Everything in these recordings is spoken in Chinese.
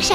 什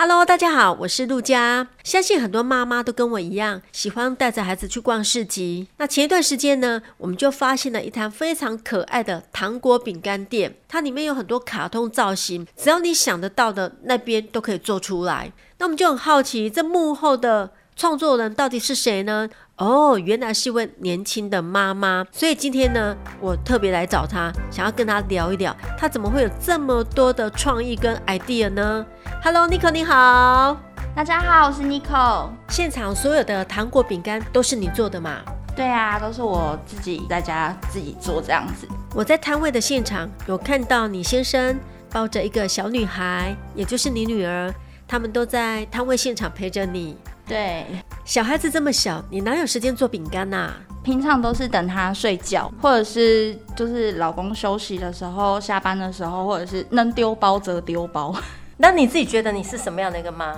Hello，大家好，我是陆佳。相信很多妈妈都跟我一样，喜欢带着孩子去逛市集。那前一段时间呢，我们就发现了一摊非常可爱的糖果饼干店，它里面有很多卡通造型，只要你想得到的，那边都可以做出来。那我们就很好奇，这幕后的创作人到底是谁呢？哦，原来是一位年轻的妈妈，所以今天呢，我特别来找她，想要跟她聊一聊，她怎么会有这么多的创意跟 idea 呢？Hello，Nico 你好，大家好，我是 Nico。现场所有的糖果饼干都是你做的嘛？对啊，都是我自己在家自己做这样子。我在摊位的现场有看到你先生抱着一个小女孩，也就是你女儿，他们都在摊位现场陪着你。对，小孩子这么小，你哪有时间做饼干呐、啊平常都是等他睡觉，或者是就是老公休息的时候、下班的时候，或者是能丢包则丢包。 那你自己觉得你是什么样的一个妈？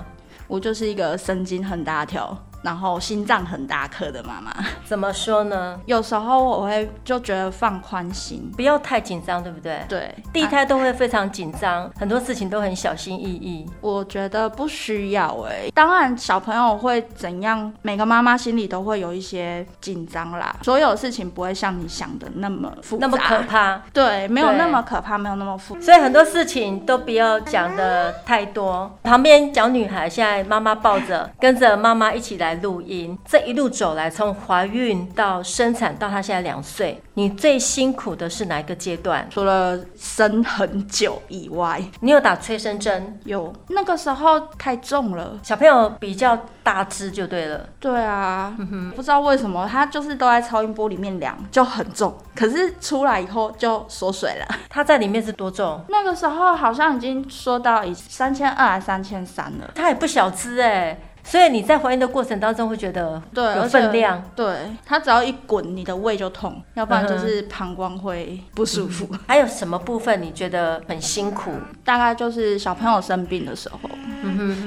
我就是一个神经很大条，然后心脏很大颗的妈妈。怎么说呢？有时候我会就觉得放宽心。不要太紧张，对不对？对，第一啊胎都会非常紧张，很多事情都很小心翼翼。我觉得不需要哎、当然，小朋友会怎样，每个妈妈心里都会有一些紧张啦。所有事情不会像你想的那么复杂，那么可怕，对，没有对那么可怕，没有那么复杂。所以很多事情都不要讲的太多。旁边小女孩现在妈妈抱着，跟着妈妈一起来录音。这一路走来，从怀孕到生产到她现在两岁，你最辛苦的是哪一个阶段？除了生很久以外，你有打催生针？有那个时候太重了，小朋友比较大只就对了。对啊，嗯不知道为什么他就是都在超音波里面量，就很重，可是出来以后就缩水了。 她在里面是多重？那个时候好像已经缩到以三千二还三千三了，它也不小只哎、所以你在怀孕的过程当中会觉得对，有而且分量。对，它只要一滚，你的胃就痛，要不然嗯就是膀胱会不舒服。还有什么部分你觉得很辛苦？ 大概就是小朋友生病的时候。嗯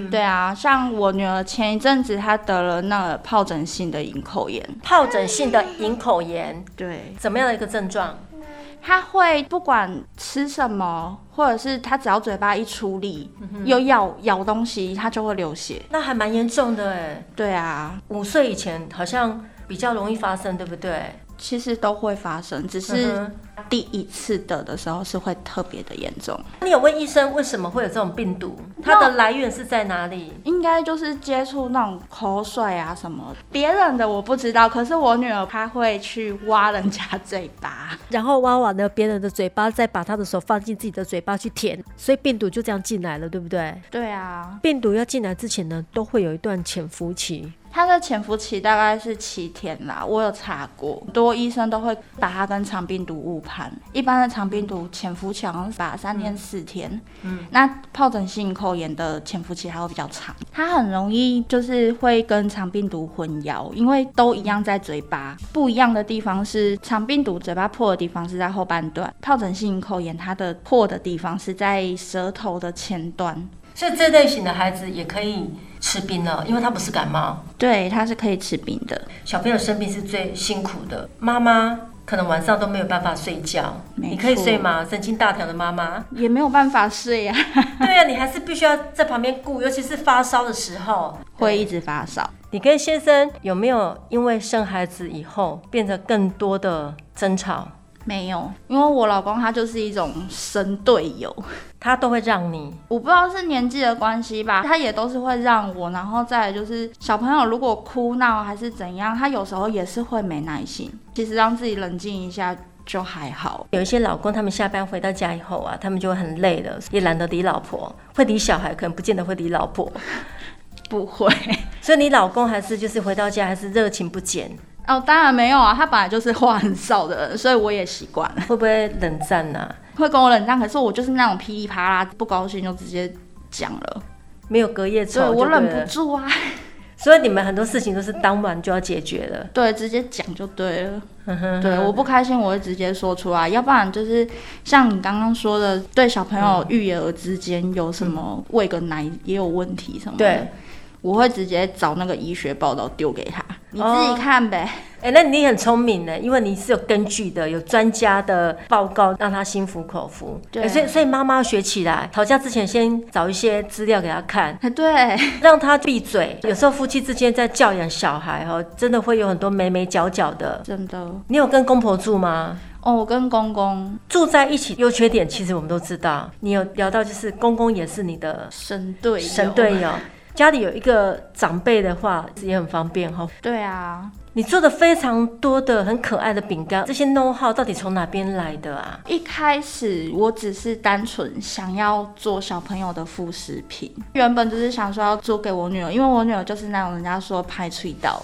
对啊，像我女儿前一阵子她得了那个疱疹性的隐口炎，疱疹性的隐口炎，对，怎么样的一个症状？她会不管吃什么，或者是她只要嘴巴一出力，嗯又咬咬东西，她就会流血。那还蛮严重的哎，对啊，五岁以前好像比较容易发生，对不对？其实都会发生，只是嗯第一次得的时候是会特别的严重。哼你有问医生为什么会有这种病毒？它的来源是在哪里？应该就是接触那种口水啊什么，别人的我不知道，可是我女儿她会去挖人家嘴巴，然后挖完了别人的嘴巴，再把他的手放进自己的嘴巴去舔，所以病毒就这样进来了，对不对？对啊，病毒要进来之前呢，都会有一段潜伏期。她的潜伏期大概是七天啦，我有查过，很多医生都会把它跟肠病毒误判，一般的肠病毒潜伏期好像是把三天四天，嗯，那疱疹性口炎的潜伏期还会比较长，它很容易就是会跟肠病毒混淆，因为都一样在嘴巴，不一样的地方是肠病毒嘴巴破的地方是在后半段，疱疹性口炎它的破的地方是在舌头的前端。所以这类型的孩子也可以吃冰了，因为它不是感冒。对，它是可以吃冰的，小朋友生病是最辛苦的，妈妈可能晚上都没有办法睡觉。没错。你可以睡吗？神经大条的妈妈也没有办法睡呀、对啊，你还是必须要在旁边顾，尤 其是发烧的时候。会一直发烧。你跟先生有没有因为生孩子以后变得更多的争吵？没有，因为我老公他就是一种神队友，他都会让你。我不知道是年纪的关系吧，他也都是会让我，然后再来就是小朋友如果哭闹还是怎样，他有时候也是会没耐心，其实让自己冷静一下就还好。有一些老公，他们下班回到家以后啊，他们就会很累了，也懒得理老婆，会理小孩，可能不见得会理老婆。不会 所以你老公还是就是回到家还是热情不减，哦，当然没有啊，他本来就是话很少的人，所以我也习惯了，会不会冷战啊呐、会跟我冷战，可是我就是那种噼里啪啦，不高兴就直接讲了，没有隔夜所以仇，我就对忍了不住啊。所以你们很多事情都是当晚就要解决了。对，直接讲就对 了。嗯哼对，我不开心我会直接说出来，要不然就是像你刚刚说的，对小朋友育儿之间有什么喂个奶也有问题什么的，对，我会直接找那个医学报道丢给他，你哦自己看 呗。哎、那你很聪明呢，因为你是有根据的，有专家的报告，让他心服口服。对哎所以所以妈妈要学起来，吵架之前先找一些资料给他看，哎，对，让他闭嘴。有时候夫妻之间在教养小孩哦，真的会有很多眉眉角角的。真的。你有跟公婆住吗？哦，我跟公公住在一起优缺点，其实我们都知道。你有聊到，就是公公也是你的神队友神队友，家里有一个长辈的话也很方便哈、哦。对啊，你做的非常多的很可爱的饼干，这些 know how 到底从哪边来的啊？一开始我只是单纯想要做小朋友的副食品，原本就是想说要做给我女儿，因为我女儿就是那种人家说拍脆刀，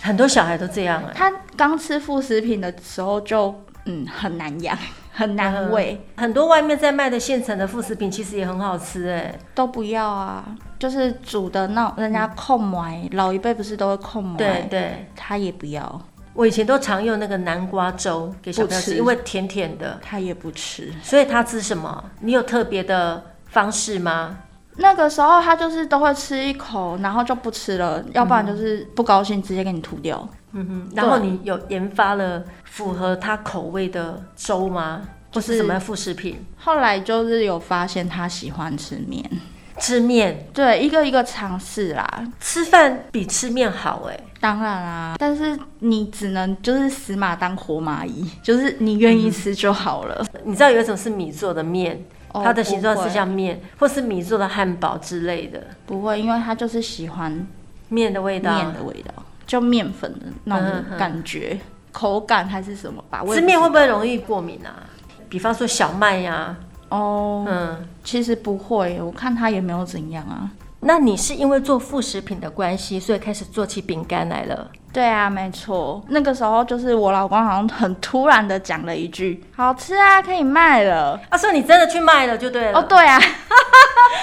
很多小孩都这样啊、她刚吃副食品的时候就嗯很难养， 很难喂，很多外面在卖的现成的副食品其实也很好吃哎、都不要啊，就是煮的那种人家控埋，老一辈不是都会控埋，对，对，她也不要，我以前都常用那个南瓜粥给小朋友不吃，吃因为甜甜的，她也不吃。所以他吃什么？你有特别的方式吗？那个时候她就是都会吃一口，然后就不吃了，要不然就是不高兴直接给你吐掉。嗯哼，然后你有研发了符合他口味的粥吗？或是什么副食品？后来就是有发现他喜欢吃面，吃面，对，一个一个尝试啦。吃饭比吃面好哎、当然啦，但是你只能就是死马当活马医，就是你愿意吃就好了。你知道有一种是米做的面，哦它的形状不是会像面，或是米做的汉堡之类的不会，因为他就是喜欢面面的味道。的味道，就面粉的那嗯嗯种感觉，口感还是什么吧。我也吃不面知会不会容易过敏啊？比方说小麦呀、哦，嗯，其实不会，我看他也没有怎样啊。那你是因为做副食品的关系，所以开始做起饼干来了。对啊，没错，那个时候就是我老公好像很突然的讲了一句：“好吃啊，可以卖了。”啊，所以你真的去卖了就对了。哦，对啊，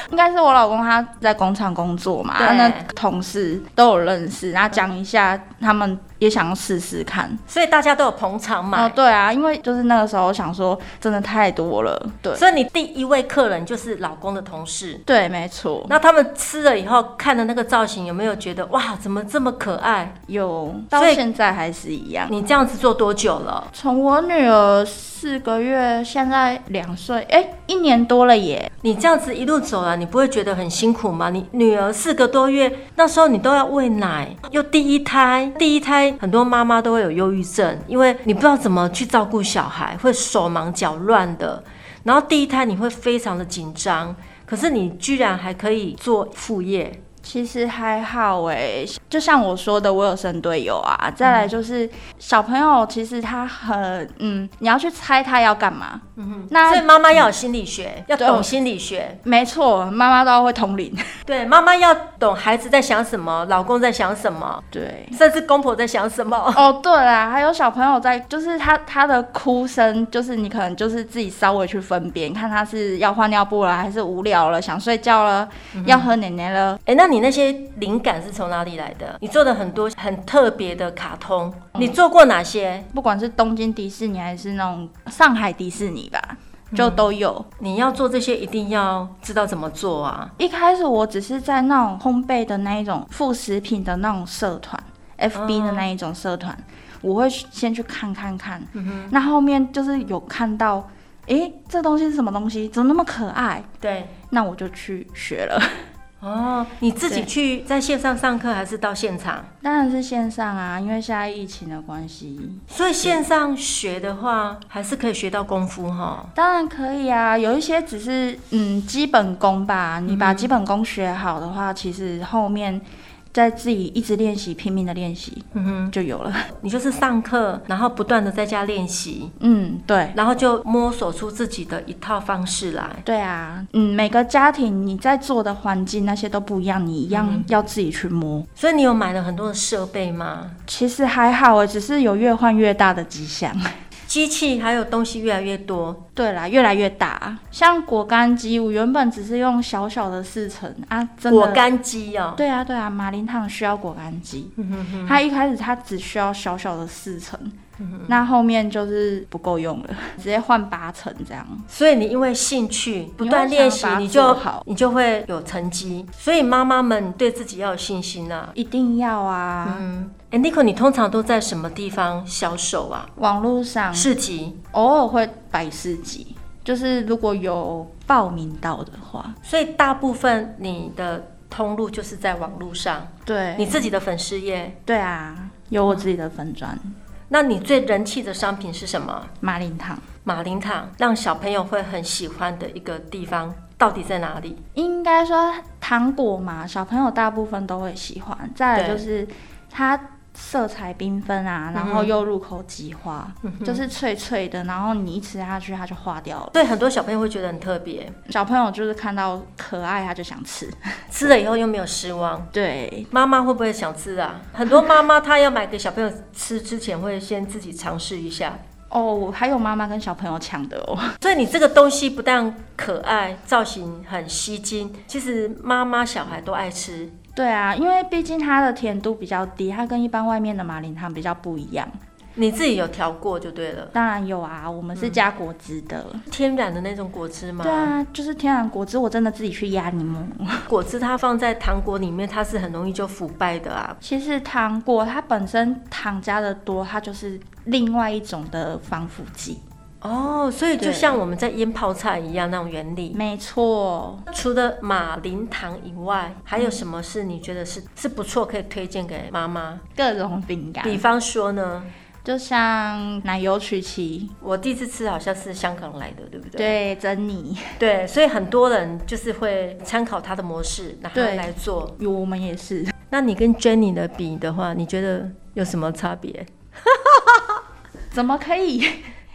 应该是我老公他在工厂工作嘛，对那同事都有认识，然后讲一下，他们也想要试试看。所以大家都有捧场买。哦，对啊，因为就是那个时候想说，真的太多了，对所以你第一位客人就是老公的同事。对，没错，那他们吃了以后看的那个造型，有没有觉得哇，怎么这么可爱？有到所以现在还是一样。你这样子做多久了？从我女儿四个月，现在两岁，哎，一年多了耶。你这样子一路走来，你不会觉得很辛苦吗？你女儿四个多月，那时候你都要喂奶，又第一胎，第一胎很多妈妈都会有忧郁症，因为你不知道怎么去照顾小孩，会手忙脚乱的。然后第一胎你会非常的紧张，可是你居然还可以做副业，其实还好哎，就像我说的，我有神队友啊。再来就是小朋友，其实他很嗯，你要去猜他要干嘛。嗯哼，所以那妈妈要有心理学，要对懂心理学，没错，妈妈都会通灵。 对，妈妈要懂孩子在想什么，老公在想什么，对，甚至公婆在想什 么。哦对啦，还有小朋友在，就是他他的哭声，就是你可能就是自己稍微去分辨，看他是要换尿布了，还是无聊了，想睡觉了，要喝奶奶了。哎、那你那些灵感是从哪里来的？你做的很多很特别的卡通，嗯你做过哪些？不管是东京迪士尼还是那种上海迪士尼吧，就都有。你要做这些，一定要知道怎么做啊！一开始我只是在那种烘焙的那一种副食品的那种社团，FB 的那一种社团，我会先去看看看。那后面就是有看到，诶，这东西是什么东西？怎么那么可爱？对，那我就去学了。 哦，你自己对去在线上上课还是到现场？当然是线上啊，因为现在疫情的关系，所以线上学的话，还是可以学到功夫哈。当然可以啊。有一些只是嗯基本功吧，你把基本功学好的话，其实后面在自己一直练习，拼命的练习嗯哼，就有了。 你就是上课，然后不断的在家练习，嗯，对。然后就摸索出自己的一套方式来。对啊，嗯，每个家庭你在做的环境那些都不一样，你一样要自己去摸。所以你有买了很多的设备吗？啊其实还好诶，只是有越换越大的迹象。机器还有东西越来越多，对啦，越来越大。像果干机，我原本只是用小小的四层啊，真的果干机哦，嗯对啊，对啊，马林烫需要果干机，它一开始它只需要小小的四层，嗯那后面就是不够用了， 直接换八层这样。所以你因为兴趣不断练习你会想要把，它你就做好你就会有成绩。所以妈妈们对自己要有信心啊。一定要啊，嗯，哎、n i c o 你通常都在什么地方销售啊？网络上市集，偶尔会摆市集，就是如果有报名到的话，所以大部分你的通路就是在网络上，你对，自己的粉丝页。对啊，有我自己的粉砖那你最人气的商品是什么？马林烫。马林糖让小朋友会很喜欢的一个地方，到底在哪里？应该说糖果嘛，小朋友大部分都会喜欢。再来就是它色彩缤纷啊，然后又入口即化，就是脆脆的，然后你一吃下去它就化掉了。对，很多小朋友会觉得很特别，小朋友就是看到可爱他就想吃，吃了以后又没有失望。对，妈妈会不会想吃啊？很多妈妈她要买给小朋友吃之前，会先自己尝试一下。哦，还有妈妈跟小朋友抢的哦， 所以你这个东西不但可爱，造型很吸睛，其实妈妈小孩都爱吃。对啊，因为毕竟它的甜度比较低，它跟一般外面的马林糖比较不一样。你自己有调过就对了，当然有啊，我们是加果汁的，天然的那种果汁嘛。对啊，就是天然果汁，我真的自己去压柠檬。果汁它放在糖果里面，它是很容易就腐败的啊。其实糖果它本身糖加的多，它就是另外一种的防腐剂。哦，所以就对像我们在腌泡菜一样那种原理。没错，除了马林糖以外，还有什么是你觉得是是不错可以推荐给妈妈？各种饼干，比方说呢？就像奶油曲奇，我第一次吃好像是香港来的，对不对？对，珍妮，对所以很多人就是会参考他的模式，然后对来做。有我们也是。那你跟 Jenny 的比的话，你觉得有什么差别？ 怎么可以？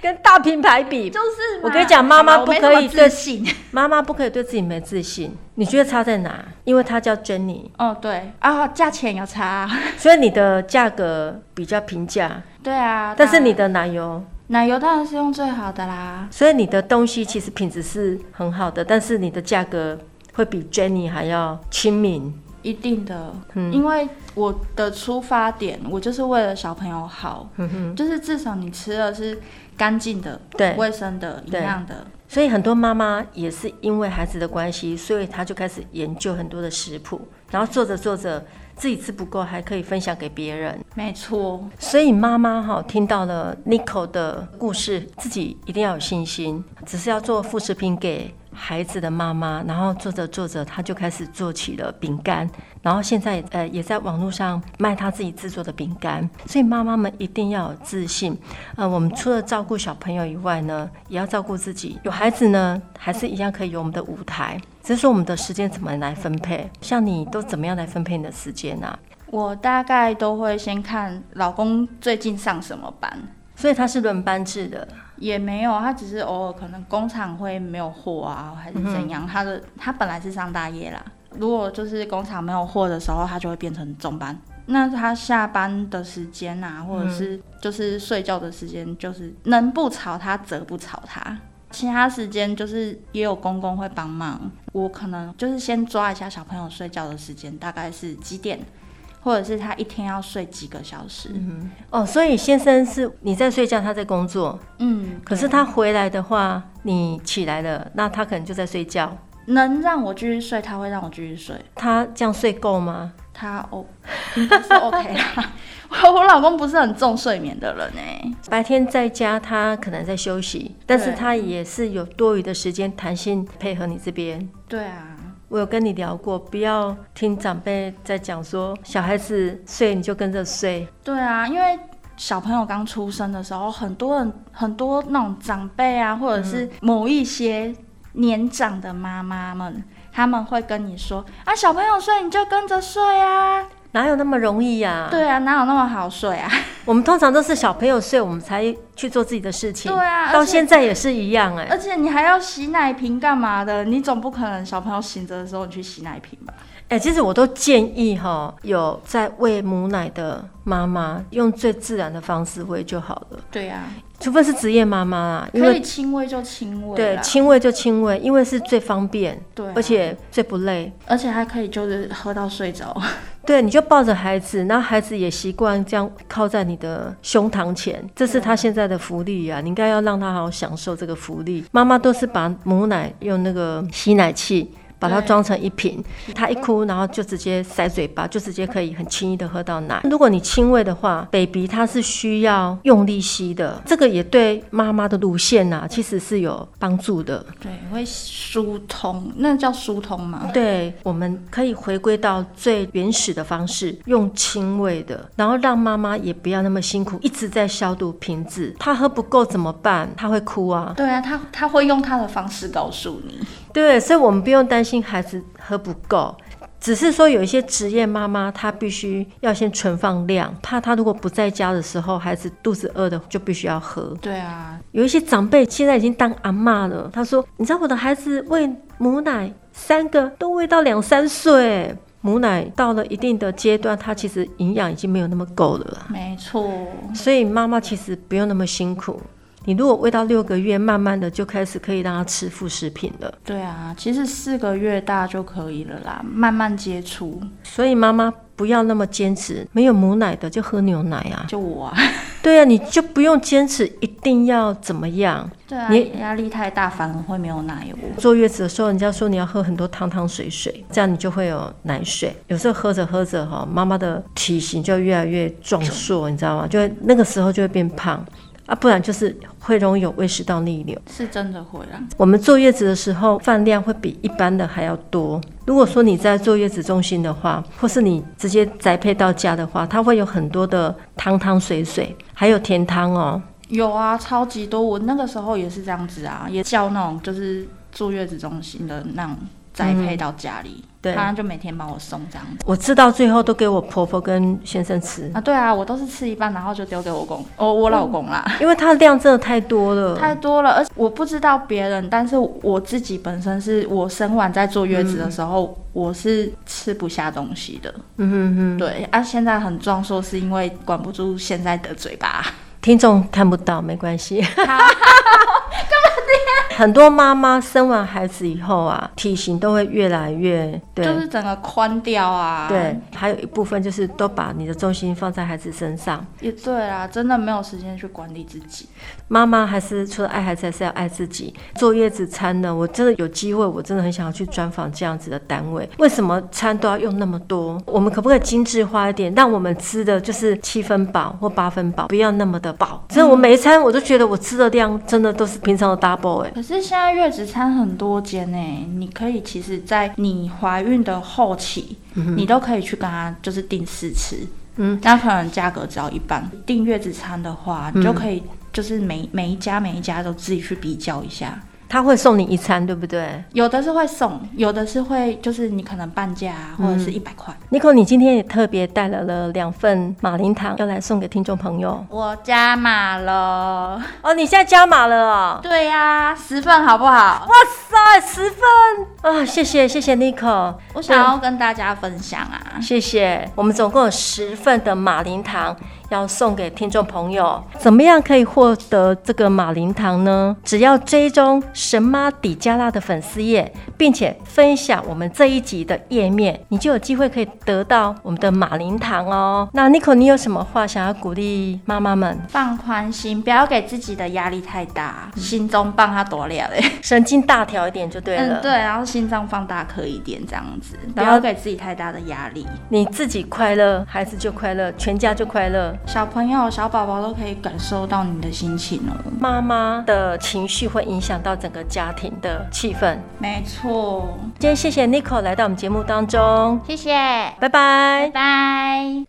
跟大品牌比，就是嘛我跟你讲妈妈好啦我没不可以什么自信。妈妈不可以对自己没自信。你觉得差在哪？因为她叫 Jenny，哦，对啊，价钱有差 啊。所以你的价格比较平价，对啊，但是当然你的奶油，奶油当然是用最好的啦。所以你的东西其实品质是很好的，但是你的价格会比 Jenny 还要亲民。一定的，因为我的出发点，我就是为了小朋友好，就是至少你吃的是干净的、对卫生的、营对养的，所以很多妈妈也是因为孩子的关系，所以她就开始研究很多的食谱，然后做着做着自己吃不够，还可以分享给别人。没错，所以妈妈哈、听到了 n i c o 的故事，自己一定要有信心，只是要做副食品给孩子的妈妈。然后做着做着，她就开始做起了饼干，然后现在呃也在网络上卖她自己制作的饼干。所以妈妈们一定要有自信。呃，我们除了照顾小朋友以外呢，也要照顾自己。有孩子呢，还是一样可以有我们的舞台，只是说我们的时间怎么来分配。像你都怎么样来分配你的时间啊？我大概都会先看老公最近上什么班，所以它是轮班制的。也没有，他只是偶尔可能工厂会没有货啊，还是怎样，他的他本来是上大夜啦，如果就是工厂没有货的时候，他就会变成中班。那他下班的时间啊，或者是就是睡觉的时间，就是能不吵他则不吵他。其他时间就是也有公公会帮忙，我可能就是先抓一下小朋友睡觉的时间，大概是几点，或者是他一天要睡几个小时。哦，所以先生是你在睡觉，他在工作。嗯，可是他回来的话，你起来了，那他可能就在睡觉。能让我继续睡，他会让我继续睡。他这样睡够吗？他 O 应该是 OK 啦。 我我老公不是很重睡眠的人哎、白天在家，他可能在休息，但是他也是有多余的时间弹性配合你这边。对啊，我有跟你聊过，不要听长辈在讲说小孩子睡你就跟着睡，对啊，因为小朋友刚出生的时候，很多人很多那种长辈啊，或者是某一些年长的妈妈们，他们会跟你说啊，小朋友睡你就跟着睡啊。哪有那么容易呀、，对啊，哪有那么好睡啊？ 我们通常都是小朋友睡，我们才去做自己的事情。对啊而且到现在也是一样哎、而且你还要洗奶瓶干嘛的？你总不可能小朋友醒着的时候你去洗奶瓶吧？哎、其实我都建议哈，有在喂母奶的妈妈用最自然的方式喂就好了。对啊，除非是职业妈妈啦，因可以为亲喂就亲喂，对，亲喂就亲喂，因为是最方便，对啊而且最不累。而且还可以就是喝到睡着，对，你就抱着孩子，然后孩子也习惯这样靠在你的胸膛前，这是他现在的福利啊！你应该要让他好好享受这个福利。妈妈都是把母奶用那个吸奶器。把它对装成一瓶，他一哭，然后就直接塞嘴巴，就直接可以很轻易的喝到奶。如果你亲喂的话，baby 他是需要用力吸的，这个也对妈妈的乳腺呐、其实是有帮助的。 对，会疏通，那叫疏通吗？对，我们可以回归到最原始的方式，用亲喂的，然后让妈妈也不要那么辛苦，一直在消毒瓶子。她喝不够怎么办？她会哭啊。对啊，他他会用他的方式告诉你，对，所以我们不用担心孩子喝不够。只是说有一些职业妈妈，她必须要先存放量，怕她如果不在家的时候，孩子肚子饿的就必须要喝。对啊，有一些长辈现在已经当阿嬷了，他说：“你知道我的孩子喂母奶三个都喂到两三岁，母奶到了一定的阶段，它其实营养已经没有那么够了啦没错，所以妈妈其实不用那么辛苦。你如果喂到六个月，慢慢的就开始可以让他吃副食品了。对啊，其实四个月大就可以了啦，慢慢接触。所以妈妈不要那么坚持，没有母奶的就喝牛奶啊。就我啊，对啊，你就不用坚持一定要怎么样。 对啊你，压力太大反而会没有奶油。坐月子的时候，人家说你要喝很多汤汤水水，这样你就会有奶水。有时候喝着喝着哈，妈妈的体型就越来越壮硕，你知道吗？就会那个时候就会变胖啊，不然就是会容易有胃食道逆流。是真的会啊啦，我们坐月子的时候，饭量会比一般的还要多。如果说你在坐月子中心的话，或是你直接宅配到家的话，它会有很多的汤汤水水，还有甜汤哦。有啊，超级多。我那个时候也是这样子啊，也叫那种就是坐月子中心的那种栽培到家里，对他就每天帮我送这样子。我吃到最后都给我婆婆跟先生吃，啊，对啊，我都是吃一半，然后就丢给我公，哦，我老公啦，因为它的量真的太多了。太多了。而且我不知道别人，但是我自己本身是我生完在坐月子的时候，我是吃不下东西的。嗯哼哼。对啊，现在很壮硕是因为管不住现在的嘴巴。听众看不到，没关系。很多妈妈生完孩子以后啊，体型都会越来越对、就是整个宽掉啊。对，，还有一部分就是都把你的重心放在孩子身上。也对啦，真的没有时间去管理自己。妈妈还是除了爱孩子，还是要爱自己。坐月子餐呢，我真的有机会，我真的很想要去专访这样子的单位。为什么餐都要用那么多？我们可不可以精致化一点，让我们吃的就是七分饱或八分饱，不要那么的饱？真的，我每一餐我都觉得我吃的量真的都是平常的 double 哎、可是现在月子餐很多间呢、你可以其实，在你怀孕的后期，你都可以去跟他就是订试吃。嗯，那可能价格只要一半。订月子餐的话，你就可以就是每每一家每一家都自己去比较一下。他会送你一餐，对不对有的是会送，有的是会就是你可能半价、啊、或者是一百块。 ？Nico，你今天也特别带来了两份马林糖，要来送给听众朋友我加码了，哦。你现在加码了哦，对呀、十份好不好？哇塞，十分啊！谢谢谢谢 Nico，我想要跟大家分享啊，谢谢。我们总共有十份的马林糖要送给听众朋友，怎么样可以获得这个马林糖呢？只要追踪神妈底加拉的粉丝页，并且分享我们这一集的页面，你就有机会可以得到我们的马林糖哦。那 Nico，你有什么话想要鼓励妈妈们？放宽心，不要给自己的压力太大，心中放它多了嘞。神经大条一点就对了。嗯嗯，对，然后心脏放大颗一点这样子，不不要要给自己太大的压力。你自己快乐，孩子就快乐，全家就快乐。小朋友、小宝宝都可以感受到你的心情哦。妈妈的情绪会影响到整个家庭的气氛。没错，今天谢谢 Nico 来到我们节目当中，谢谢，拜拜拜。拜。